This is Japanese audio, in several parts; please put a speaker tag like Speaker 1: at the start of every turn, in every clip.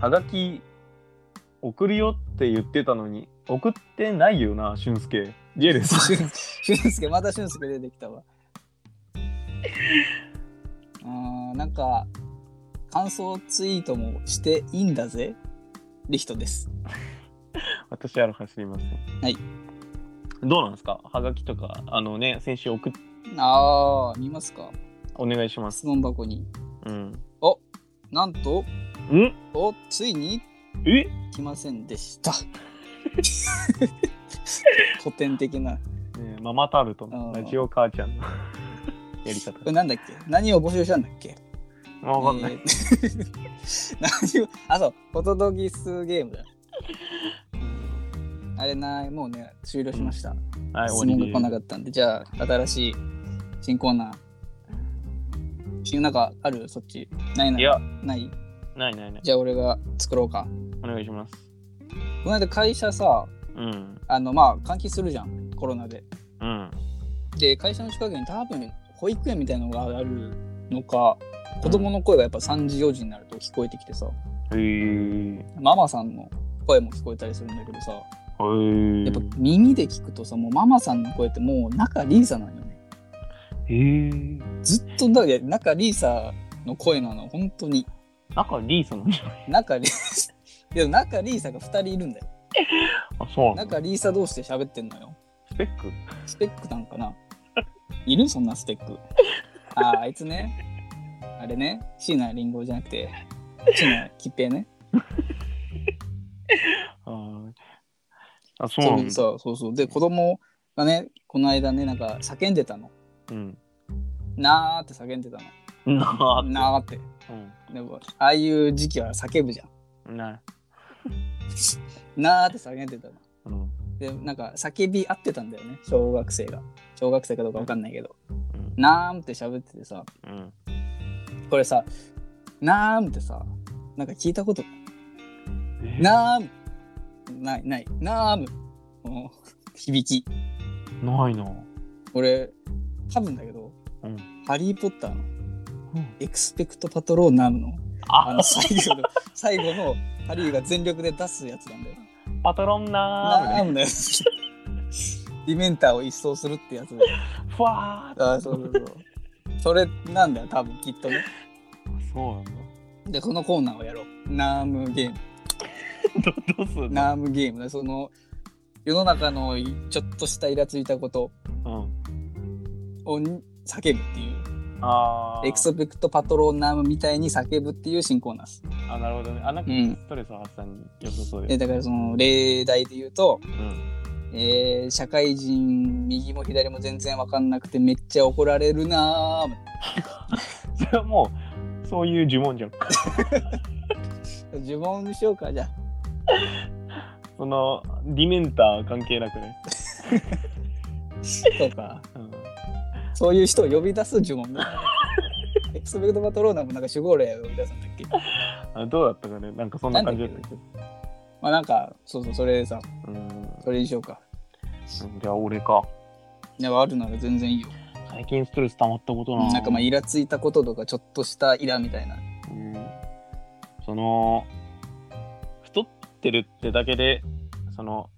Speaker 1: はがき送るよって言ってたのに、送ってないよな、俊介。ジェ です。
Speaker 2: 俊介、また俊介出てきたわ。うーん、なんか、感想ツイートもしていいんだぜ。リヒトです。
Speaker 1: 私、あの、走りません。
Speaker 2: はい。
Speaker 1: どうなんですかはがきとか、あのね、先週送っ、
Speaker 2: あー、見ますか
Speaker 1: お願いします。
Speaker 2: 質問箱に。
Speaker 1: うん。
Speaker 2: なんと、
Speaker 1: ん
Speaker 2: お、ついに
Speaker 1: え
Speaker 2: 来ませんでした。 古典的な。
Speaker 1: ねえママタルトの
Speaker 2: うん
Speaker 1: ラジオ母ち ゃんのやり方
Speaker 2: こ。れなんだっけ何を募集したんだっけ
Speaker 1: わかんない。
Speaker 2: えー 何をあ、そう、ホトトギスゲームだ。あれない、もうね、終了しました。
Speaker 1: はい、
Speaker 2: 質
Speaker 1: 終わ
Speaker 2: 問
Speaker 1: り
Speaker 2: が来な
Speaker 1: で
Speaker 2: かったんで、じゃあ、新しい新コーナー。新なんかあるそっち。ない
Speaker 1: す。
Speaker 2: ない
Speaker 1: や、
Speaker 2: ない
Speaker 1: ないないない。
Speaker 2: じゃあ、俺が作ろうか。
Speaker 1: お願いします。
Speaker 2: この間、会社さ、
Speaker 1: うん。
Speaker 2: あの、まあ、換気するじゃん、コロナで。
Speaker 1: うん。
Speaker 2: で、会社の近くに多分、保育園みたいなのがあるのか、子供の声がやっぱ3時、4時になると聞こえてきてさ。
Speaker 1: へえ。へ
Speaker 2: ママさんの声も聞こえたりするんだけどさ
Speaker 1: え。
Speaker 2: やっぱ耳で聞くとさもうママさんの声ってもう中リーサなのよね
Speaker 1: へえ。
Speaker 2: ずっとだから中リーサの声なの本当に
Speaker 1: 中リーさなんじゃない
Speaker 2: 中リーサいや中リー サが2人いるんだよ
Speaker 1: あ、そうなんだ。
Speaker 2: 中リーサ同士で喋ってんのよ
Speaker 1: スペック
Speaker 2: スペックなんかないるそんなスペックあああいつねあれね椎名林檎じゃなくて椎名桔平ね
Speaker 1: ああ、そう
Speaker 2: そ
Speaker 1: な
Speaker 2: れ
Speaker 1: ん
Speaker 2: で
Speaker 1: だ。
Speaker 2: さそうそうで子供がねこの間ねなんか叫んでたの
Speaker 1: うん。
Speaker 2: なーって叫んでたの
Speaker 1: なあ、
Speaker 2: なーってでもああいう時期は叫ぶじゃ
Speaker 1: うん。なあ。
Speaker 2: んなーって叫んでたの
Speaker 1: うん。うん
Speaker 2: でなんか叫び合ってたんだよね小学生が小学生かどうかわかんないけど、なーんって喋っててさ
Speaker 1: うん。
Speaker 2: これさなーんってさなんか聞いたことなーんないないなーむもう響き
Speaker 1: えないな。
Speaker 2: 俺多分だけど
Speaker 1: うん。
Speaker 2: ハリー・ポッター
Speaker 1: う
Speaker 2: の
Speaker 1: ん
Speaker 2: エクスペクト・パトローナムのあ
Speaker 1: あ
Speaker 2: の、最 後の最後のハリーが全力で出すやつなんだよ
Speaker 1: パトロン
Speaker 2: な
Speaker 1: な
Speaker 2: ー
Speaker 1: ー
Speaker 2: ムのやつ。ディメンターを一掃するってやつ。
Speaker 1: ふわーっ
Speaker 2: あそうそうそう。それなんだよ、多分きっとね。
Speaker 1: そうなんだ。
Speaker 2: で、このコーナーをやろう。ナームゲーム。
Speaker 1: どうすんの
Speaker 2: ナームゲームだ。その世の中のいちょっとしたイラついたこと
Speaker 1: うん。
Speaker 2: をに叫ぶっていう。
Speaker 1: ああ。
Speaker 2: エクソペクトパトローナムみたいに叫ぶっていう新コーナーです。
Speaker 1: あ、なるほどね。あ、なんか
Speaker 2: うん
Speaker 1: ストレス発散に良さそうで。
Speaker 2: ですだからその例題で言うと、
Speaker 1: うん。
Speaker 2: えー社会人右も左も全然わかんなくてめっちゃ怒られるなーむ
Speaker 1: それはもう、そういう呪文じゃん。
Speaker 2: 呪文にしようか、じゃあ。
Speaker 1: その、ディメンター関係なくね。
Speaker 2: そうか。
Speaker 1: うん。
Speaker 2: そういう人を呼び出す呪文だ。エクスペクトパトローナもなんか守護霊を呼び出すんだっけま
Speaker 1: あどうだったかねなんかそんな感じだったけど。
Speaker 2: あなんか、そうそう、それさ、
Speaker 1: うん。
Speaker 2: それにしようか。
Speaker 1: じゃあ、俺か。
Speaker 2: いや、あるなら全然いいよ。
Speaker 1: 最近ストレス溜まったことな。
Speaker 2: なんかまあ、イラついたこととか、ちょっとしたイラみたいな。
Speaker 1: うんその太ってるってだけでその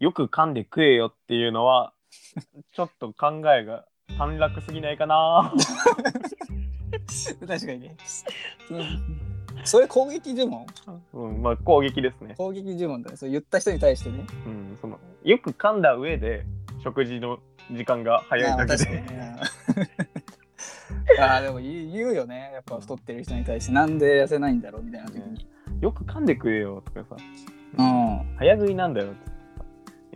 Speaker 1: よく噛んで食えよっていうのは ちょっと考えが短絡すぎないかな
Speaker 2: 確かにね。それ攻撃呪文
Speaker 1: うんまあ攻撃ですね、
Speaker 2: 攻撃呪文だね。それ言った人に対してね。
Speaker 1: うん、そのよく噛んだ上で食事の時間が早
Speaker 2: あ
Speaker 1: い
Speaker 2: あ
Speaker 1: だけ
Speaker 2: 確かに
Speaker 1: で
Speaker 2: ね。 ああ、でも言う言うよね。やっぱ太ってる人に対して、なんで痩せないんだろうみたいな時に。
Speaker 1: よく噛んで食えよとかさ、
Speaker 2: うん。
Speaker 1: 早食いなんだよってさ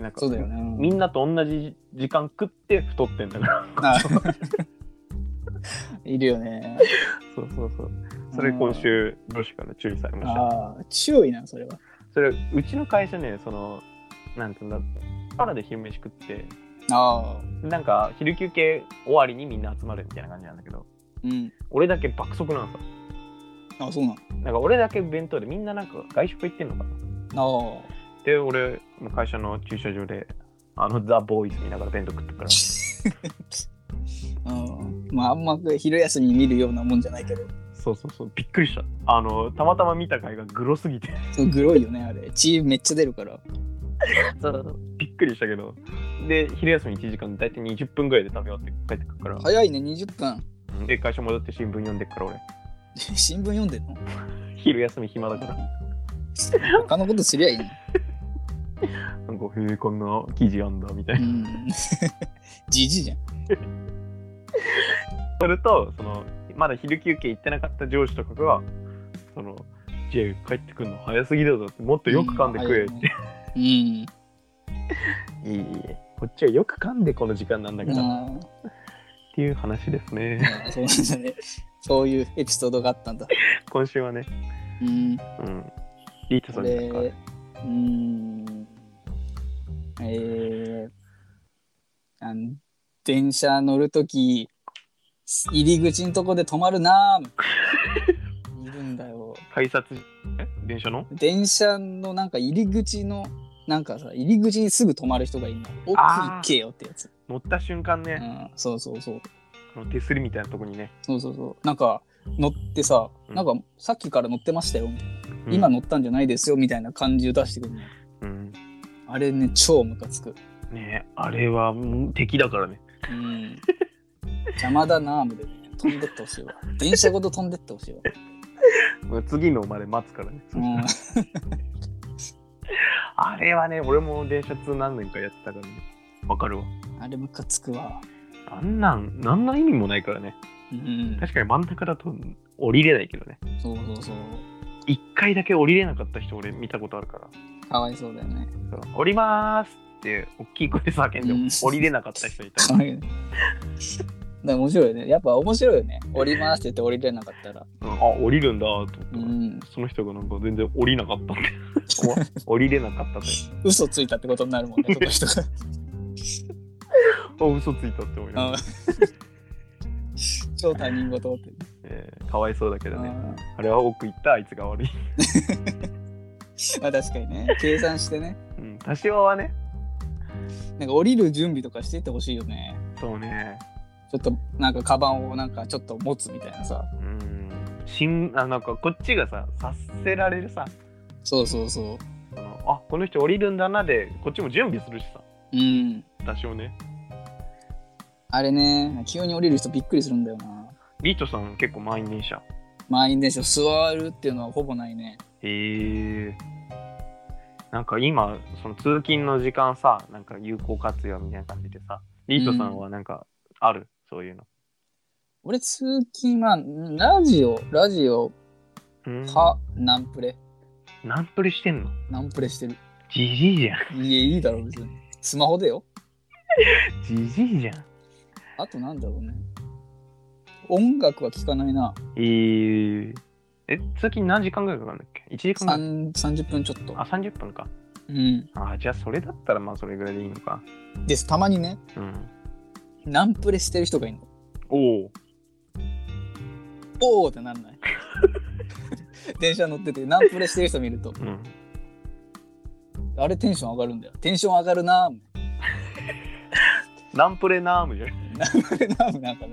Speaker 1: なんか
Speaker 2: そうだよね。うん
Speaker 1: みんなと同じ時間食って太ってんだから
Speaker 2: あいるよね。
Speaker 1: そうそうそうそれ今週上司から注意されました
Speaker 2: ああ、注意な、それは。
Speaker 1: それうちの会社ねそのなんていうんだパラで昼飯食って
Speaker 2: ああ、
Speaker 1: なんか昼休憩終わりにみんな集まるみたいな感じなんだけど
Speaker 2: うん。
Speaker 1: 俺だけ爆速なんさ
Speaker 2: あそうな
Speaker 1: なんか俺だけ弁当でみんななんか外食行ってんのかな
Speaker 2: の。あ
Speaker 1: で俺もう会社の駐車場であのザ・ボーイズ見ながら弁当食ってるから
Speaker 2: あ。うん。まあ、あんま昼休みに見るようなもんじゃないけど。
Speaker 1: そうそうそうびっくりしたあのたまたま見た回がグロすぎて
Speaker 2: そうグロいよねあれ血めっちゃ出るから
Speaker 1: びっくりしたけどで昼休み1時間大体20分ぐらいで食べ終わって帰ってくるから、
Speaker 2: 早いね20分
Speaker 1: で会社戻って新聞読んでっから
Speaker 2: 新聞読んでんの
Speaker 1: 俺昼休み暇だから
Speaker 2: 他のことすりゃいいの
Speaker 1: なんかへえこんな記事あんだみたいな
Speaker 2: うん じじいじゃん
Speaker 1: それとそのまだ昼休憩行ってなかった上司とかがその「ジェイ帰ってくるの早すぎだぞ」ってもっとよく噛んで食えって、
Speaker 2: うん早いね
Speaker 1: いいいいこっちはよく噛んでこの時間なんだ
Speaker 2: う
Speaker 1: か
Speaker 2: ん
Speaker 1: ら、っ
Speaker 2: あー
Speaker 1: ていう話ですね
Speaker 2: あーそうなんだねそういうエピソードがあったんだ
Speaker 1: 今週はね
Speaker 2: うん
Speaker 1: うんリータさん
Speaker 2: こ
Speaker 1: じゃ
Speaker 2: れ
Speaker 1: ないう
Speaker 2: ーんえー、あの電車乗るとき入り口のとこで止まるなーいるんだよ
Speaker 1: 改札え電車の
Speaker 2: 電車のなんか入り口のなんかさ入り口にすぐ止まる人がいるの奥行けよってやつ、
Speaker 1: 乗った瞬間
Speaker 2: う
Speaker 1: ね、
Speaker 2: ん、そうそうそう
Speaker 1: あの手すりみたいなとこにね、
Speaker 2: そうそうそうなんか乗ってさ、
Speaker 1: うん
Speaker 2: なんかさっきから乗ってましたよ、
Speaker 1: うん
Speaker 2: 今、乗ったんじゃないですよみたいな感じを出してくるの
Speaker 1: うん、
Speaker 2: あれね超ムカつく
Speaker 1: ねあれはもう敵だからね
Speaker 2: うん。邪魔だなぁ、みたいな。飛んでってほしいわ。電車ごと飛んでってほしいわ。
Speaker 1: 次のまで待つからね、
Speaker 2: うん
Speaker 1: あれはね俺も電車通何年かやってたからねわかるわ
Speaker 2: あれムカつくわ。
Speaker 1: あんなん何の意味もないからね
Speaker 2: うん。
Speaker 1: 確かに真ん中だと降りれないけどね
Speaker 2: そうそうそう。
Speaker 1: 一回だけ降りれなかった人俺見たことあるから
Speaker 2: かわいそうだよね。
Speaker 1: そう降りまーすって大きい声で叫んで
Speaker 2: うん
Speaker 1: も降りれなかった人いた
Speaker 2: かわいい。だから面白いよね。やっぱ面白いよね。降りますって言って降りれなかったら。
Speaker 1: うんあ降りるんだと思った
Speaker 2: う
Speaker 1: ら、
Speaker 2: ん。
Speaker 1: その人がなんか全然降りなかったんでお降りれなかったんで
Speaker 2: 嘘ついたってことになるもんね、その人が。
Speaker 1: あ嘘ついたって思いなが
Speaker 2: う
Speaker 1: ら、
Speaker 2: ん超他人事って。
Speaker 1: えーかわいそうだけ
Speaker 2: う
Speaker 1: ど
Speaker 2: ん
Speaker 1: ねあれは奥行ったあいつが悪い、
Speaker 2: まあ確かにね。計算してね。
Speaker 1: うん、多少はね
Speaker 2: なんか降りる準備とかしてってほしいよね。
Speaker 1: そうね
Speaker 2: ちょっとなんかカバンをなんかちょっと持つみたいなさ。
Speaker 1: うんしんあなんかこっちがさ察せられるさ
Speaker 2: そうそうそ
Speaker 1: そのあこの人降りるんだなでこっちも準備するしさ
Speaker 2: う。うん。
Speaker 1: 多少ね
Speaker 2: あれね、急に降りる人びっくりするんだよな。
Speaker 1: リートさん結構満員電車
Speaker 2: 満員電車座るっていうのはほぼないね。
Speaker 1: へえなんか今その通勤の時間さなんか有効活用みたいな感じでさリートさんはなんかある、そういうの
Speaker 2: 俺、通勤は、んラジオ、ラジオ、
Speaker 1: うん
Speaker 2: か、ナンプレ。
Speaker 1: ナンプレしてんの
Speaker 2: ナンプレしてる。
Speaker 1: じじいじゃん
Speaker 2: いや、いいだろ、別に。スマホでよ。
Speaker 1: じじいじゃん
Speaker 2: あとなんだろうね。音楽は聞かないな。
Speaker 1: えー、え通勤何時間ぐらいかかるんだっけ1時間ぐらい
Speaker 2: 三30分ちょっと
Speaker 1: あ。30分か
Speaker 2: うん。
Speaker 1: あじゃあそれだったらまあそれぐらいでいいのか
Speaker 2: です、たまにね、
Speaker 1: うん
Speaker 2: ナンプレしてる人がいるの。
Speaker 1: おお
Speaker 2: おーってなんない電車乗ってて、ナンプレしてる人見ると、
Speaker 1: うん
Speaker 2: あれテンション上がるんだよ。テンション上がるなー
Speaker 1: ナンプレナームじゃん
Speaker 2: これなんなんかね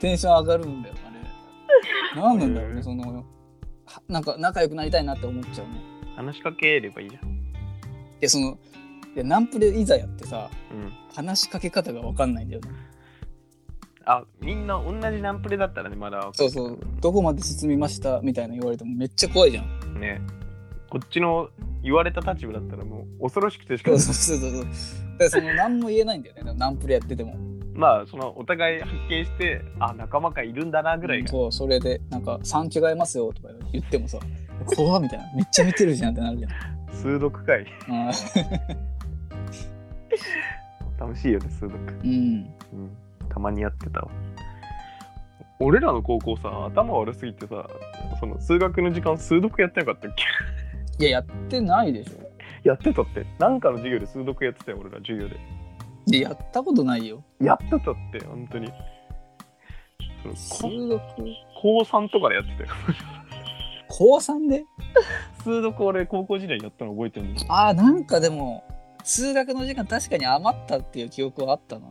Speaker 2: テンション上がるんだよあれなんなんだろう
Speaker 1: へ
Speaker 2: ね
Speaker 1: え
Speaker 2: そのはなんか仲良くなりたいなって思っちゃうね
Speaker 1: 話しかければいいじゃん
Speaker 2: でそのでナンプレいざやってさ
Speaker 1: うん
Speaker 2: 話しかけ方が分かんないんだよね
Speaker 1: あみんな同じナンプレだったらねまだわか
Speaker 2: そ
Speaker 1: る
Speaker 2: うそうどこまで進みましたみたいな言われてもめっちゃ怖いじゃん
Speaker 1: ねこっちの言われた立場だったらもう恐ろしくてしか
Speaker 2: そう
Speaker 1: も
Speaker 2: そうそうそうだからその何も言えないんだよねナンプレやってても
Speaker 1: まあそのお互い発見してあ仲間がいるんだなぐらいが、
Speaker 2: そうそれでなんか「3違いますよ」とか言ってもさ怖っみたいなめっちゃ見てるじゃんってなるじゃん
Speaker 1: 数読会
Speaker 2: あ
Speaker 1: 楽しいよね数読、
Speaker 2: ーうん
Speaker 1: うん、たまにやってたわ俺らの高校さ頭悪すぎてさその数学の時間数読やってなかったっけ
Speaker 2: いややってないでしょ
Speaker 1: やってたってなんかの授業で数読やってたよ俺ら授業で
Speaker 2: でやったことないよ
Speaker 1: やってたって本当にその
Speaker 2: 数
Speaker 1: こ
Speaker 2: 読
Speaker 1: 高3とかでやってたよ
Speaker 2: 高3で
Speaker 1: 数読俺高校時代やったの覚えてるんだよ
Speaker 2: あーなんかでも数学の時間確かに余ったっていう記憶はあったな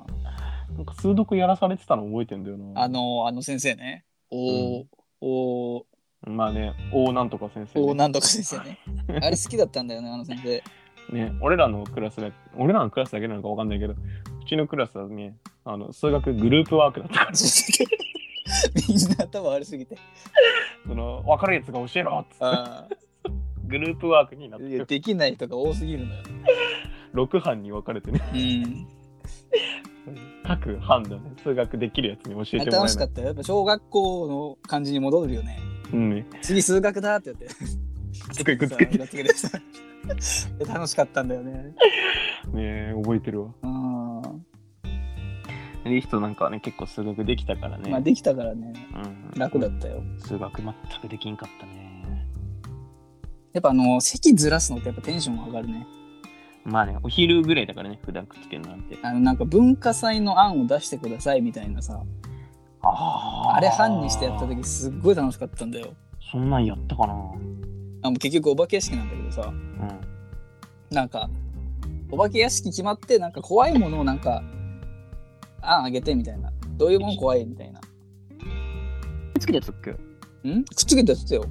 Speaker 1: なんか数読やらされてたの覚えてんだよな
Speaker 2: あのあの先生ねおー、お
Speaker 1: まあね、大なんとか先生、
Speaker 2: お
Speaker 1: ね
Speaker 2: なんとか先生ね。あれ好きだったんだよね、あの先生。
Speaker 1: ね。俺らのクラスだ、俺らのクラスだけなのかわかんないけど、うちのクラスはね、あの数学グループワークだった から、
Speaker 2: みんな頭悪すぎて。
Speaker 1: その分かるやつが教えろっつって
Speaker 2: あ
Speaker 1: グループワークになっ
Speaker 2: ーいや
Speaker 1: て、
Speaker 2: できない人が多すぎるのよ。
Speaker 1: 6班に分かれてね、
Speaker 2: うん。
Speaker 1: 各班だね、数学できるやつに教え
Speaker 2: あ
Speaker 1: て
Speaker 2: れ
Speaker 1: もら
Speaker 2: 楽
Speaker 1: え
Speaker 2: し
Speaker 1: な
Speaker 2: か
Speaker 1: い。
Speaker 2: ったよ。やっぱ小学校の感じに戻るよね。
Speaker 1: うんね、
Speaker 2: 次数学だって言って。
Speaker 1: つくくっつけて
Speaker 2: さくっつけてさ楽しかったんだ よね。
Speaker 1: ね覚えてるわ。
Speaker 2: うん。
Speaker 1: リストなんかはね、結構数学できたからね。
Speaker 2: まあできたからね、
Speaker 1: うん、
Speaker 2: 楽だったよ。
Speaker 1: 数学全くできんかったね。
Speaker 2: やっぱあの、席ずらすのってやっぱテンション上がるね。
Speaker 1: まあね、お昼ぐらいだからね、普段くっつけるなんて。
Speaker 2: あの、なんか文化祭の案を出してくださいみたいなさ、
Speaker 1: あー
Speaker 2: あれ班にしてやった時すっごい楽しかったんだよ。
Speaker 1: そんなんやったかな。
Speaker 2: あの結局お化け屋敷なんだけどさ、
Speaker 1: うん。
Speaker 2: なんか、お化け屋敷決まって、なんか怖いものをなんか、案あげてみたいな。どういうもん怖いみたいな。
Speaker 1: くっつけるやつだっけ
Speaker 2: んくっつけたやつだよ。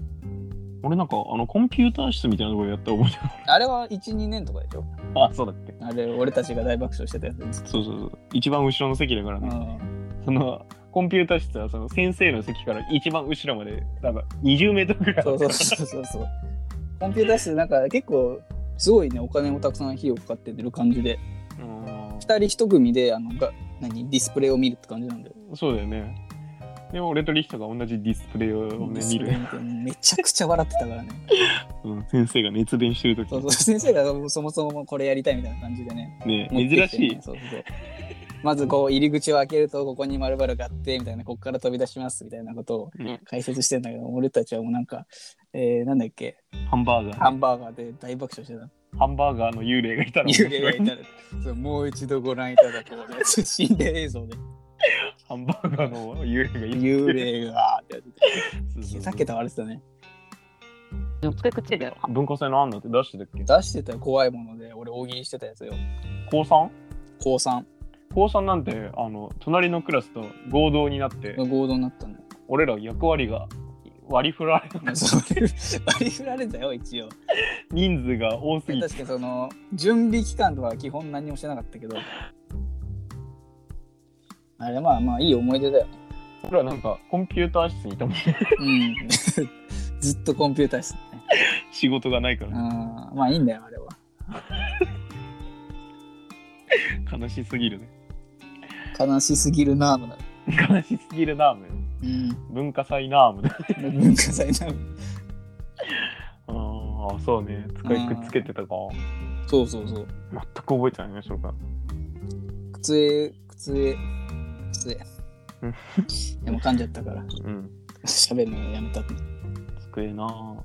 Speaker 1: 俺なんか、あの、コンピューター室みたいなところやった覚えてる。
Speaker 2: あれは1、2年とかでしょ
Speaker 1: あ、そうだっけ。
Speaker 2: あれ、俺たちが大爆笑してたやつです。
Speaker 1: そうそうそう。一番後ろの席だから
Speaker 2: う
Speaker 1: ね。
Speaker 2: ん。
Speaker 1: その、コンピューター室はその先生の席から一番後ろまで、なんか20メートルぐらいあ
Speaker 2: そ
Speaker 1: る
Speaker 2: うそうそうそうそう。コンピューター室なんか結構、すごいね、お金もたくさん費用かかって出る感じで、2人一組で、あの、が何ディスプレイを見るって感じなんだよ。
Speaker 1: うんそうだよね。でも俺とリヒトが同じディスプレイを、
Speaker 2: デ
Speaker 1: ね
Speaker 2: ィ、ス
Speaker 1: 見
Speaker 2: プレイ
Speaker 1: る。
Speaker 2: 見てめちゃくちゃ笑ってたからね。
Speaker 1: うん先生が熱弁してる時
Speaker 2: そうそう先生がそもそもこれやりたいみたいな感じでね。
Speaker 1: ね
Speaker 2: 持っ
Speaker 1: 珍
Speaker 2: てきて
Speaker 1: しい
Speaker 2: ねそうそうそうまずこう入り口を開けるとここに丸々があってみたいなここから飛び出しますみたいなことを
Speaker 1: ね
Speaker 2: 解説してんだけど俺たちはもうなんか、えー、なんだっけ
Speaker 1: ハンバーガ
Speaker 2: ハ
Speaker 1: ーね
Speaker 2: ンバーガーで大爆笑してた
Speaker 1: ハンバーガーの幽霊がいたら面白
Speaker 2: 幽
Speaker 1: い
Speaker 2: 霊がいたらそうもう一度ご覧いただこうね心霊映像で
Speaker 1: ハンバーガーの幽霊がいる
Speaker 2: 幽霊がってやって
Speaker 1: そうそう
Speaker 2: ケタケタ笑ってたね
Speaker 3: でも机くっつけてよ。
Speaker 1: 文化祭の案だって出してたっけ
Speaker 2: 出してたよ怖いもので俺大喜利してたやつよ
Speaker 1: 高 3?
Speaker 2: 高3
Speaker 1: 高3なんてあの隣のクラスと合同になって
Speaker 2: の合同になったんだよ
Speaker 1: 俺ら役割が割り振られた
Speaker 2: まあそう割り振られたよ一応
Speaker 1: 人数が多すぎて
Speaker 2: 確かにその準備期間とかは基本何もしてなかったけどあれまあまあいい思い出だよ、ね、
Speaker 1: 俺らなんかコンピューター室にい たもん
Speaker 2: うんずっとコンピューター室ね
Speaker 1: 仕事がないか
Speaker 2: うん
Speaker 1: ら
Speaker 2: まあいいんだよあれは
Speaker 1: 悲しすぎるね
Speaker 2: 悲しすぎるナームだ
Speaker 1: 悲しすぎるナーム
Speaker 2: うん
Speaker 1: 文化祭ナーム
Speaker 2: 文化祭ナーム
Speaker 1: ああそうね使いくっつけてたか
Speaker 2: そうそうそう
Speaker 1: 全く覚えてないねそうか
Speaker 2: 靴へ靴へ靴へ
Speaker 1: うん
Speaker 2: でも噛んじゃったから
Speaker 1: うん
Speaker 2: 喋るのやめた
Speaker 1: 机なあ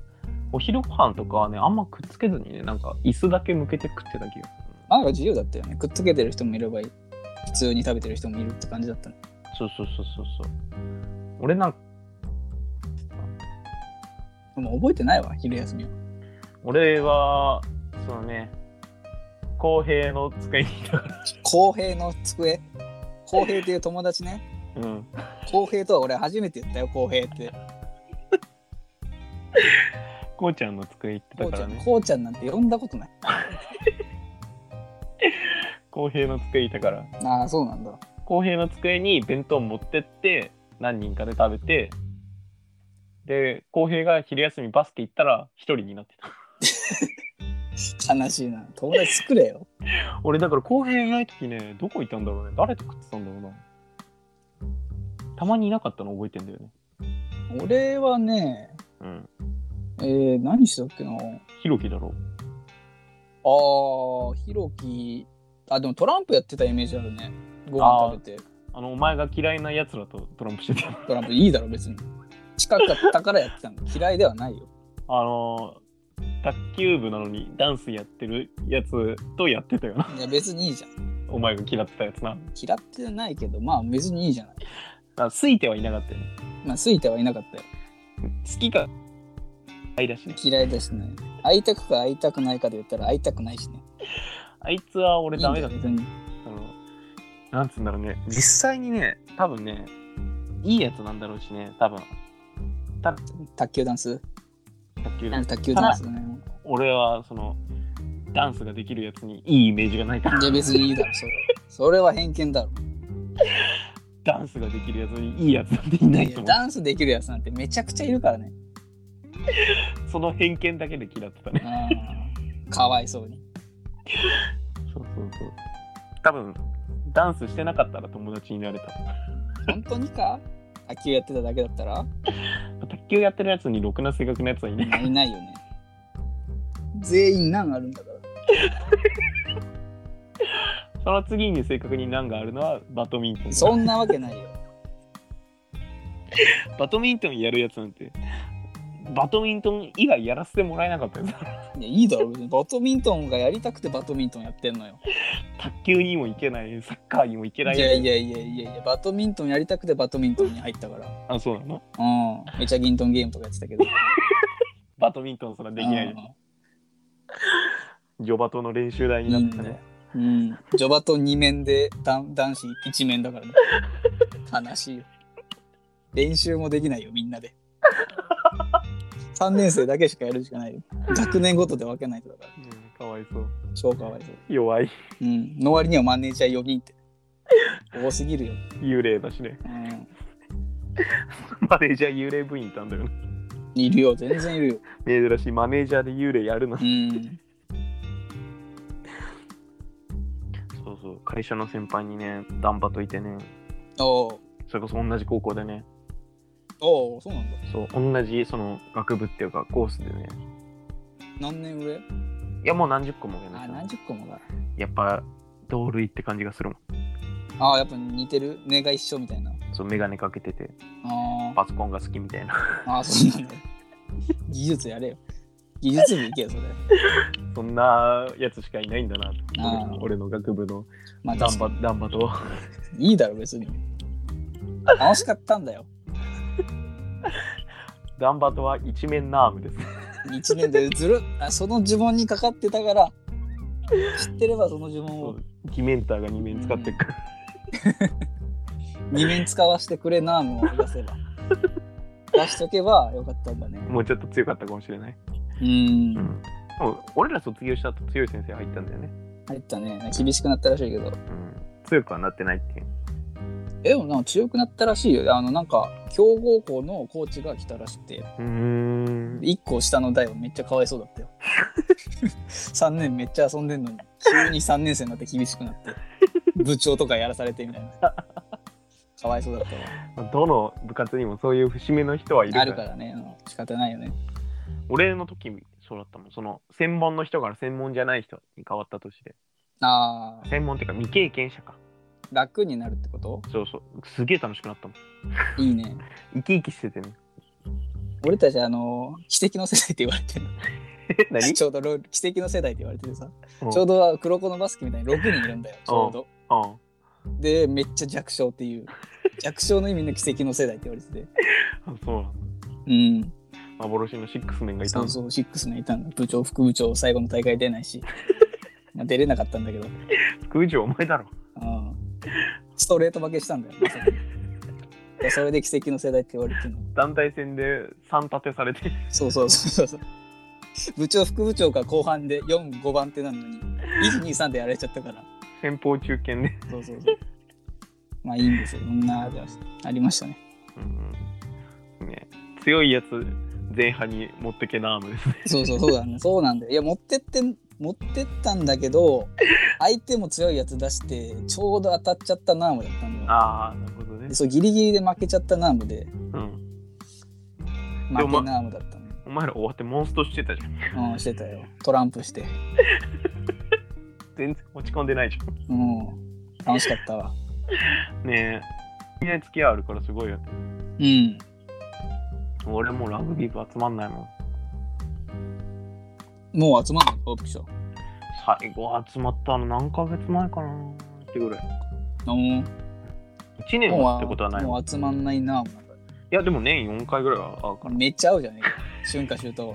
Speaker 1: お昼ご飯とかはねあんまくっつけずにねなんか椅子だけ向けて食ってた気が
Speaker 2: あ自由だったよねくっつけてる人もいれば普通に食べてる人もいるって感じだったね
Speaker 1: そうそうそうそうそう俺なんか
Speaker 2: でも覚えてないわ昼休みは
Speaker 1: 俺はそのね公平の机にいたから
Speaker 2: 公平の机公平っていう友達ね
Speaker 1: うん
Speaker 2: 公平とは俺初めて言ったよ公平って
Speaker 1: こうちゃんの机行って
Speaker 2: こ
Speaker 1: た
Speaker 2: う
Speaker 1: か
Speaker 2: ちゃ
Speaker 1: ら
Speaker 2: ん
Speaker 1: ね
Speaker 2: こうちゃんなんて呼んだことない
Speaker 1: 公平の机いたから
Speaker 2: ああそうなんだ
Speaker 1: 公平の机に弁当持ってって何人かで食べてで公平が昼休みバスケ行ったら一人になってた
Speaker 2: 悲しいな友達作れよ
Speaker 1: 俺だから公平いない時ねどこいたんだろうね誰と食ってたんだろうなたまにいなかったの覚えてんだよね
Speaker 2: 俺はね
Speaker 1: うん
Speaker 2: えー、何してたっけなあ
Speaker 1: ひろきだろ
Speaker 2: ーひろきあでもトランプやってたイメージあるねご飯食べて
Speaker 1: あのお前が嫌いなやつらとトランプしてた
Speaker 2: トランプいいだろ別に近かったからやってたの嫌いではないよ
Speaker 1: あのー卓球部なのにダンスやってるやつとやってたよない
Speaker 2: や別にいいじゃん
Speaker 1: お前が嫌ってたやつな
Speaker 2: 嫌ってないけどまあ別にいいじゃない
Speaker 1: あついてはいなかったよね
Speaker 2: まあ好いてはいなかったよ
Speaker 1: 好きかあいだしね
Speaker 2: 嫌いだしね会いたくか会いたくないかで言ったら会いたくないしね
Speaker 1: あいつは俺ダメだっ
Speaker 2: い
Speaker 1: た
Speaker 2: いんよ別に
Speaker 1: そのなんつうんだろうね実際にね多分ねいいやつなんだろうしね多分た
Speaker 2: 卓球ダンス
Speaker 1: 卓球
Speaker 3: なん
Speaker 2: 卓球ダンスだね。
Speaker 1: 俺はそのダンスができるやつにいいイメージがないから
Speaker 2: いや別にいいだろ、それ。それは偏見だろ。
Speaker 1: ダンスができるやつにいいやつなんていない
Speaker 2: い
Speaker 1: と
Speaker 2: や
Speaker 1: 思
Speaker 2: ダンスできるやつなんてめちゃくちゃいるからね。
Speaker 1: うその偏見だけで嫌ってたね
Speaker 2: あーかわいそうに。
Speaker 1: そうそうそう多分ダンスしてなかったら友達になれた
Speaker 2: 本当にか卓球やってただけだったら
Speaker 1: 卓球やってるやつにろくな性格のやつはいない
Speaker 2: まあいないよね。全員難あるんだから。
Speaker 1: その次に正確に難があるのはバドミントン
Speaker 2: そんなわけないよ。
Speaker 1: バドミントンやるやつなんてバドミントン以外やらせてもらえなかったよ
Speaker 2: いやいいだろ、別にバドミントンがやりたくてバドミントンやってんのよ。
Speaker 1: 卓球にも行けないサッカーにも行け
Speaker 2: い
Speaker 1: な
Speaker 2: や
Speaker 1: い
Speaker 2: いやいやいやいや、バドミントンやりたくてバドミントンに入ったから。
Speaker 1: あそうなの
Speaker 2: うん。めちゃギントンゲームとかやってたけど。
Speaker 1: バドミントンそれはできない
Speaker 2: うん
Speaker 1: ジョバトの練習台になったね
Speaker 2: うん、ジョバト2面で男男子1面だからね。悲しいよ。練習もできないよ、みんなで。3年生だけしかやるしかないよ。学年ごとで分けないとだから。
Speaker 1: うんかわいそう
Speaker 2: 超かわいそう。
Speaker 1: 弱い
Speaker 2: うん。の割にはマネージャー4人って。多すぎるよ。
Speaker 1: 幽霊だしね
Speaker 2: うん。
Speaker 1: マネージャー幽霊部員いたんだよね
Speaker 2: いるよ、全然いるよ。
Speaker 1: 珍しいマネージャーで幽霊やるな
Speaker 2: うん。
Speaker 1: そうそう会社の先輩にねダンバといてね
Speaker 2: おう
Speaker 1: それこそ同じ高校でね
Speaker 2: おうそうなんだ。
Speaker 1: そう同じその学部っていうかコースでね
Speaker 2: 何年上
Speaker 1: いやもう何十個も上の
Speaker 2: あ、
Speaker 1: 人
Speaker 2: 何十個もだ。
Speaker 1: やっぱ同類って感じがするもん
Speaker 2: ああ、やっぱ似てる。根が一緒みたいな。
Speaker 1: そう眼鏡かけてて
Speaker 2: ああ。
Speaker 1: パソコンが好きみたいな
Speaker 2: ああ、そうなんだ。技術やれよ。技術部行けよ、それ。
Speaker 1: そんなやつしかいないんだな
Speaker 2: あー
Speaker 1: 俺の学部の
Speaker 2: まあ、
Speaker 1: ダ
Speaker 2: 確
Speaker 1: ン
Speaker 2: か
Speaker 1: バダンバと
Speaker 2: にいいだろ、別に。楽しかったんだよ。
Speaker 1: ダンバとは一面ナームです
Speaker 2: 1年でずるっあその呪文にかかってたから、知ってればその呪文
Speaker 1: そ
Speaker 2: を
Speaker 1: うディメンターが2面使ってるから、
Speaker 2: 2面使わせてくれなもう出 せば。出しとけばよかったんだね。
Speaker 1: もうちょっと強かったかもしれない、
Speaker 2: う。
Speaker 1: うんん、でも俺ら卒業した後強い先生入ったんだよね、
Speaker 2: 入ったね。厳しくなったらしいけど。
Speaker 1: うん、強くはなってないっていう
Speaker 2: え、でもなんか強くなったらしいよ。あの、なんか、強豪校のコーチが来たらしくて、
Speaker 1: うーん
Speaker 2: 1個下の代はめっちゃかわいそうだっ たよ。3年めっちゃ遊んでんのに、急に3年生になって厳しくなって、部長とかやらされてみたいな。かわいそうだったわ。
Speaker 1: どの部活にもそういう節目の人はいるか
Speaker 2: あ
Speaker 1: ら
Speaker 2: るからね、うん仕方ないよね。
Speaker 1: 俺の時そうだったもんその専門の人から専門じゃない人に変わった年で
Speaker 2: ああ、
Speaker 1: 専門っていうか未経験者か
Speaker 2: 楽になるってこと
Speaker 1: そうそうすげえ楽しくなったもん
Speaker 2: いいね。
Speaker 1: 生き生きしててね
Speaker 2: 俺たち、あの、奇跡の世代って言われてるの。
Speaker 1: 何
Speaker 2: ちょうどロ奇跡の世代って言われててさ、
Speaker 1: うん
Speaker 2: ちょうど黒子のバスケみたいに6人いるんだよ、ちょうど。
Speaker 1: うん
Speaker 2: で、めっちゃ弱小っていう。弱小の意味の奇跡の世代って言われてて。
Speaker 1: あそうなんだ
Speaker 2: うん。
Speaker 1: 幻のシックスメンがいた
Speaker 2: そ
Speaker 1: ん
Speaker 2: う
Speaker 1: だ
Speaker 2: そう、シックスのいたんだ。部長、副部長、最後の大会出ないし。まあ出れなかったんだけど、
Speaker 1: 副部長お前だろ
Speaker 2: うん、ストレート負けしたんだよ、まさにでそれで奇跡の世代って言われてるの。
Speaker 1: 団体戦で3立てされて
Speaker 2: そうそうそうそう。部長、副部長が後半で4、5番手なのに、1、2、3でやられちゃったから。
Speaker 1: 先方中堅で
Speaker 2: そうそうそう。まあいいんですよ。そんな、ありましたね。
Speaker 1: うんね強いやつ前半に持ってけなームですね
Speaker 2: そうそうそうだね。そうなんだよ。いや、持ってって、持ってったんだけど、相手も強いやつ出して、ちょうど当たっちゃったナームだったんだよ。
Speaker 1: ああなるほどね
Speaker 2: でそうギリギリで負けちゃったナームで
Speaker 1: うん
Speaker 2: 負けナームだったの、
Speaker 1: お前ら終わってモンストしてたじゃん
Speaker 2: うん、してたよトランプして、
Speaker 1: 全然落ち込んでないじゃ
Speaker 2: うん、楽しかったわ
Speaker 1: んねえみんな付き合いあるからすごいよ
Speaker 2: うん
Speaker 1: 俺もうラグビー部集まんないもん
Speaker 2: もう集まんないオープンション
Speaker 1: 最後集まったの何ヶ月前かなってぐらい
Speaker 2: うん
Speaker 1: 1年はってことはないもん
Speaker 2: も
Speaker 1: いう
Speaker 2: 集まんないなもう
Speaker 1: やでも年4回ぐらいは会うから
Speaker 2: めっちゃ合うじゃねえか春夏秋冬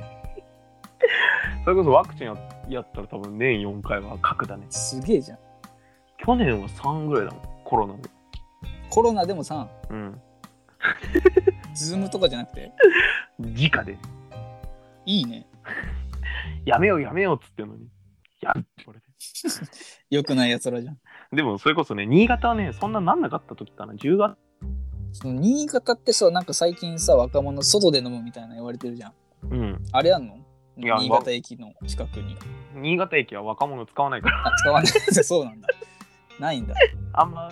Speaker 1: それこそワクチンややったら多分年4回は確だね
Speaker 2: すげえじゃん
Speaker 1: 去年は3ぐらいだもんコロナで
Speaker 2: コロナでもさ
Speaker 1: うん
Speaker 2: ズームとかじゃなくて
Speaker 1: 直で。
Speaker 2: いいね。
Speaker 1: やめようやめようっつってんのに。やるってこれで。
Speaker 2: よくない奴らじゃん。
Speaker 1: でもそれこそね、新潟はね、そんななんなかった時かな。10月。
Speaker 2: その新潟ってさ、なんか最近さ、若者外で飲むみたいな言われてるじゃん。
Speaker 1: うん。
Speaker 2: あれあんの
Speaker 1: いや
Speaker 2: 新潟駅の近くに。
Speaker 1: 新潟駅は若者使わないから、
Speaker 2: あ、使わない。そうなんだ。 ないんだ。
Speaker 1: あんま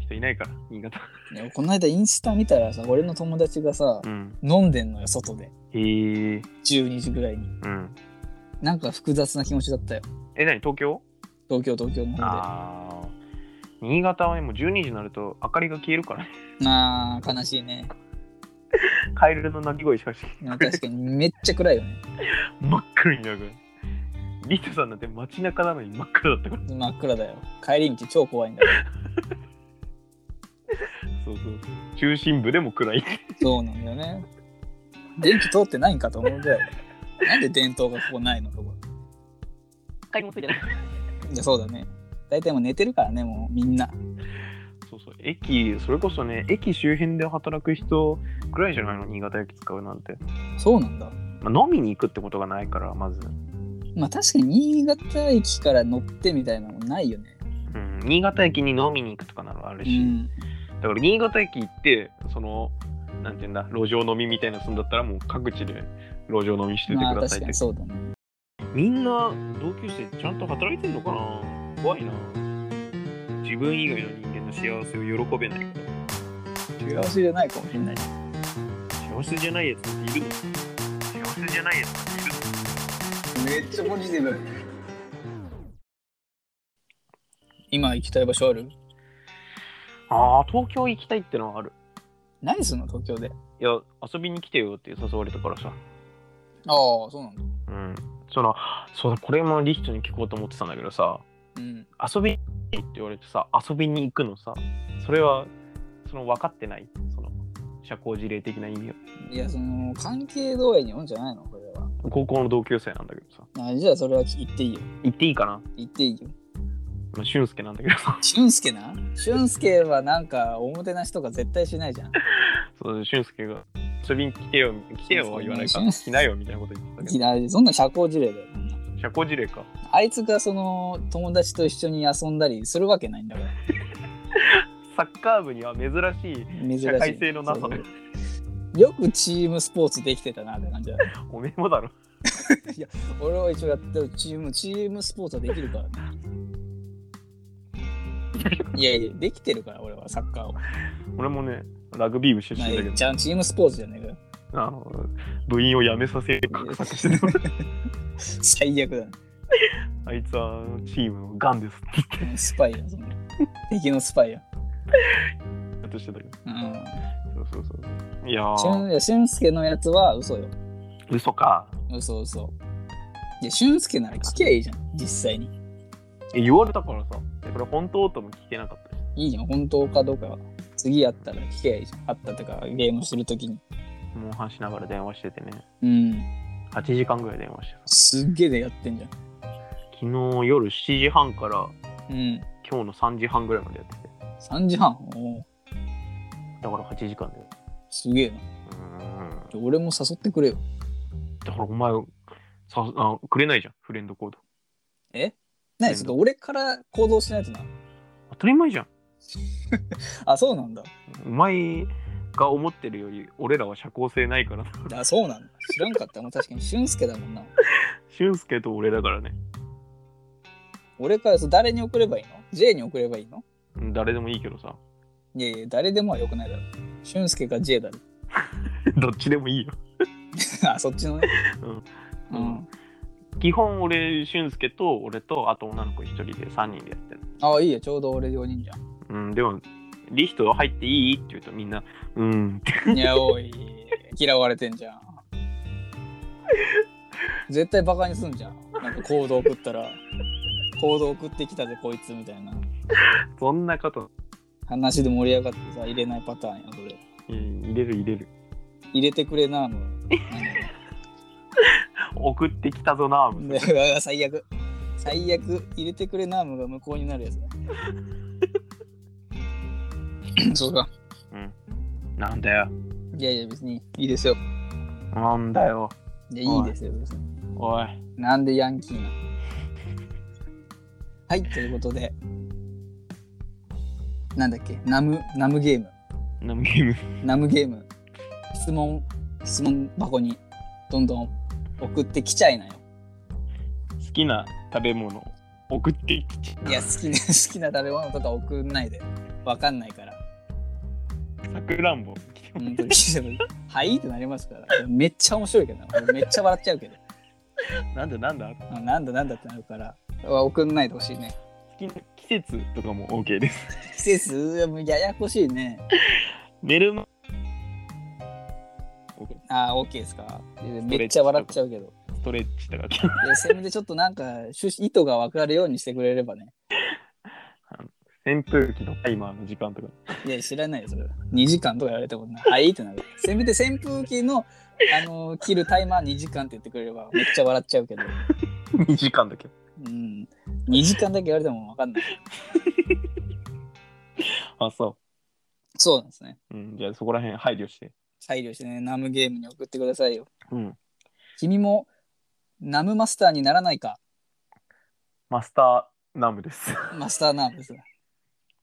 Speaker 1: 人いないから、新潟。
Speaker 2: ねこの間インスタ見たらさ、俺の友達がさ、
Speaker 1: うん。
Speaker 2: 飲んでんのよ、外で。
Speaker 1: へえ。
Speaker 2: 12時ぐらいに。
Speaker 1: うん。
Speaker 2: なんか複雑な気持ちだったよ。
Speaker 1: え、何東京
Speaker 2: 東京、東京の方で。
Speaker 1: ああ。新潟はね、もう12時になると明かりが消えるからね。
Speaker 2: あー、悲しいね。
Speaker 1: カエルの鳴き声しかし
Speaker 2: でも確かにめっちゃ暗いよね。
Speaker 1: 真っ暗になるから。リトさんなんて街中なのに真っ暗だったから。
Speaker 2: 真っ暗だよ。帰り道超怖いんだよ。
Speaker 1: そうそうそう。中心部でも暗い。
Speaker 2: そうなんだよね。電気通ってないんかと思うぐらい。なんで電灯がここないのとか。
Speaker 3: 帰りもついてない。
Speaker 2: いや、そうだね。大体もう寝てるからね、もうみんな。
Speaker 1: そうそう。駅、それこそね、駅周辺で働く人ぐらいじゃないの、新潟駅使うなんて。
Speaker 2: そうなんだ。
Speaker 1: まあ、飲みに行くってことがないから、まず。
Speaker 2: まあ確かに新潟駅から乗ってみたいなのないよね。
Speaker 1: うん、新潟駅に飲みに行くとかなのある
Speaker 2: う
Speaker 1: し、
Speaker 2: ん。
Speaker 1: だから新潟駅行って、その、なんていうんだ、路上飲みみたいなのするんだったら、もう各地で路上飲みしてて
Speaker 2: まあ
Speaker 1: ください
Speaker 2: 確
Speaker 1: って
Speaker 2: かに。そうだね。
Speaker 1: みんな同級生ちゃんと働いてんのかな怖いな。自分以外の人間の幸せを喜べないから。
Speaker 2: 幸せじゃないかもしれない。
Speaker 1: 幸せじゃないやつっているの幸せじゃないやつっているの
Speaker 2: めっちゃポジティブ。今行きたい場所ある
Speaker 1: ああ、東京行きたいってのはある。
Speaker 2: 何すんの東京で。
Speaker 1: いや、遊びに来てよって誘われたからさ。
Speaker 2: ああ、そうなんだ。
Speaker 1: うん。その、そうだ、これもリヒトに聞こうと思ってたんだけどさ、
Speaker 2: うん。
Speaker 1: 遊びに行って言われてさ、遊びに行くのさ、それは、その分かってない、その、社交辞令的な意味を。
Speaker 2: いや、その、関係度合いによるんじゃないのこれは。
Speaker 1: 高校の同級生なんだけどさ、
Speaker 2: あじゃあそれは行っていいよ。
Speaker 1: 行っていいかな
Speaker 2: 行っていいよ。
Speaker 1: まあ、俊介なんだけどさ、
Speaker 2: 俊介な俊介はなんかおもてなしとか絶対しないじゃん。
Speaker 1: そう俊介が、遊びに来てよ、来てよは言わないか、
Speaker 2: そう
Speaker 1: 来なよみたいなこと言ってたけ
Speaker 2: いやそんな社交辞令だよ。
Speaker 1: ど、社交辞令か。
Speaker 2: あいつがその友達と一緒に遊んだりするわけないんだから。
Speaker 1: サッカー部には珍しい
Speaker 2: 珍しい。
Speaker 1: 社会性のなさで、
Speaker 2: そうよくチームスポーツできてたなって感じだね。
Speaker 1: おめえもだろ。
Speaker 2: 俺は一応やってるチーム、チームスポーツはできるからね。いやいや、できてるから俺はサッカーを。
Speaker 1: 俺もね、ラグビー部出
Speaker 2: まあ
Speaker 1: 身だけど、
Speaker 2: じゃあチームスポーツじゃねえかよ。
Speaker 1: あの、部員を辞めさせる画策してる。
Speaker 2: 最悪だね。
Speaker 1: あいつはチームのガンですって
Speaker 2: スパイやん、その。敵のスパイやん。
Speaker 1: 言おうとしてたけど。
Speaker 2: うん。
Speaker 1: そうそうそう。いやー、
Speaker 2: 俊いや俊介のやつは嘘よ。
Speaker 1: 嘘か。
Speaker 2: 嘘嘘。いや、俊介なら聞きゃいいじゃん、実際に。
Speaker 1: え言われたからさ、えこれ本当とも聞けなかったし。
Speaker 2: いいじゃん、本当かどうかは。次やったら聞きゃいいじゃん。あったとか、ゲームするときに。
Speaker 1: モンハンしながら電話しててね、
Speaker 2: うん。
Speaker 1: 8時間ぐらい電話してた。
Speaker 2: すっげえでやってんじゃん。
Speaker 1: 昨日夜7時半から
Speaker 2: うん。
Speaker 1: 今日の3時半ぐらいまでやってて。
Speaker 2: 3時半おー
Speaker 1: だから8時間だよ。
Speaker 2: すげえな。
Speaker 1: うーん。
Speaker 2: 俺も誘ってくれよ。
Speaker 1: だからお前、さあくれないじゃん、フレンドコード。
Speaker 2: えなにちょっと俺から行動しないとな。
Speaker 1: 当たり前じゃん。
Speaker 2: あ、そうなんだ。
Speaker 1: お前が思ってるより、俺らは社交性ないからな。
Speaker 2: あ、そうなんだ。知らんかった。 もう確かに俊介だもんな。
Speaker 1: 俊介と俺だからね。
Speaker 2: 俺からそう誰に送ればいいの ?J に送ればいいの
Speaker 1: うん誰でもいいけどさ。
Speaker 2: いやいや、誰でもはよくないだろ。俊介か J だろ。
Speaker 1: どっちでもいいよ。
Speaker 2: あ、そっちのね。
Speaker 1: う
Speaker 2: うんん。
Speaker 1: 基本俺、俊介と俺とあと女の子一人で3人でやってる。
Speaker 2: あいいよ、ちょうど俺4人じゃ
Speaker 1: うん、でも、リヒト入っていいって言うとみんな、うんって。
Speaker 2: ん。いや、おい、嫌われてんじゃん。絶対バカにすんじゃん。なんか行動送ったら、行動送ってきたぜ、こいつみたいな。
Speaker 1: そんなこと、
Speaker 2: 話で盛り上がってさ、入れないパターンや、それ。
Speaker 1: うん入れる入れる。
Speaker 2: 入れてくれなの。
Speaker 1: 送ってきたぞな、
Speaker 2: う
Speaker 1: みたい
Speaker 2: わ最悪。最悪、入れてくれなのが無効になるや つだ。そうか。
Speaker 1: ななんだよ。
Speaker 2: いやいや、別にいいですよ。
Speaker 1: なんだよ。
Speaker 2: いや、いいですよ、別に。
Speaker 1: おい。
Speaker 2: なんでヤンキーなのはい、ということで。なんだっけナム、ナムゲーム。
Speaker 1: ナムゲーム。
Speaker 2: ナムゲーム。質問、質問箱にどんどん送ってきちゃいなよ。
Speaker 1: 好きな食べ物送ってきて
Speaker 2: いや、好きな、 好きな食べ物とか送んないで。わかんないから。
Speaker 1: さくらんぼ
Speaker 2: 本当に。 はいってなりますから。めっちゃ面白いけどな。俺めっちゃ笑っちゃうけど。
Speaker 1: なんだなんだ好
Speaker 2: あなんだなんだってなるから。あ送んないでほしいね。
Speaker 1: きな季節とかも OK です
Speaker 2: 季節、もうややこしいね。
Speaker 1: 寝る前
Speaker 2: あー、OK ですか。いやめっちゃ笑っちゃうけど。
Speaker 1: ストレッチとか
Speaker 2: いやせめてちょっとなんか趣旨意図が分かるようにしてくれればね。
Speaker 1: 扇風機のタイマーの時間 とか
Speaker 2: いや、知らないよ、それは。2時間とか言われたことない。はいってなる。せめて扇風機の、あのー切るタイマー2時間って言ってくれれば、めっちゃ笑っちゃうけど。
Speaker 1: 2時間だけ
Speaker 2: うん。2時間だけ言われても分かんない。
Speaker 1: あそ
Speaker 2: そうなんですね。
Speaker 1: う、うん、じゃあそこら辺配慮して
Speaker 2: 配慮してね、ナムゲームに送ってくださいよ。
Speaker 1: うん
Speaker 2: 君も、ナムマスターにならないか。
Speaker 1: マスターナムです
Speaker 2: マスターナムですね。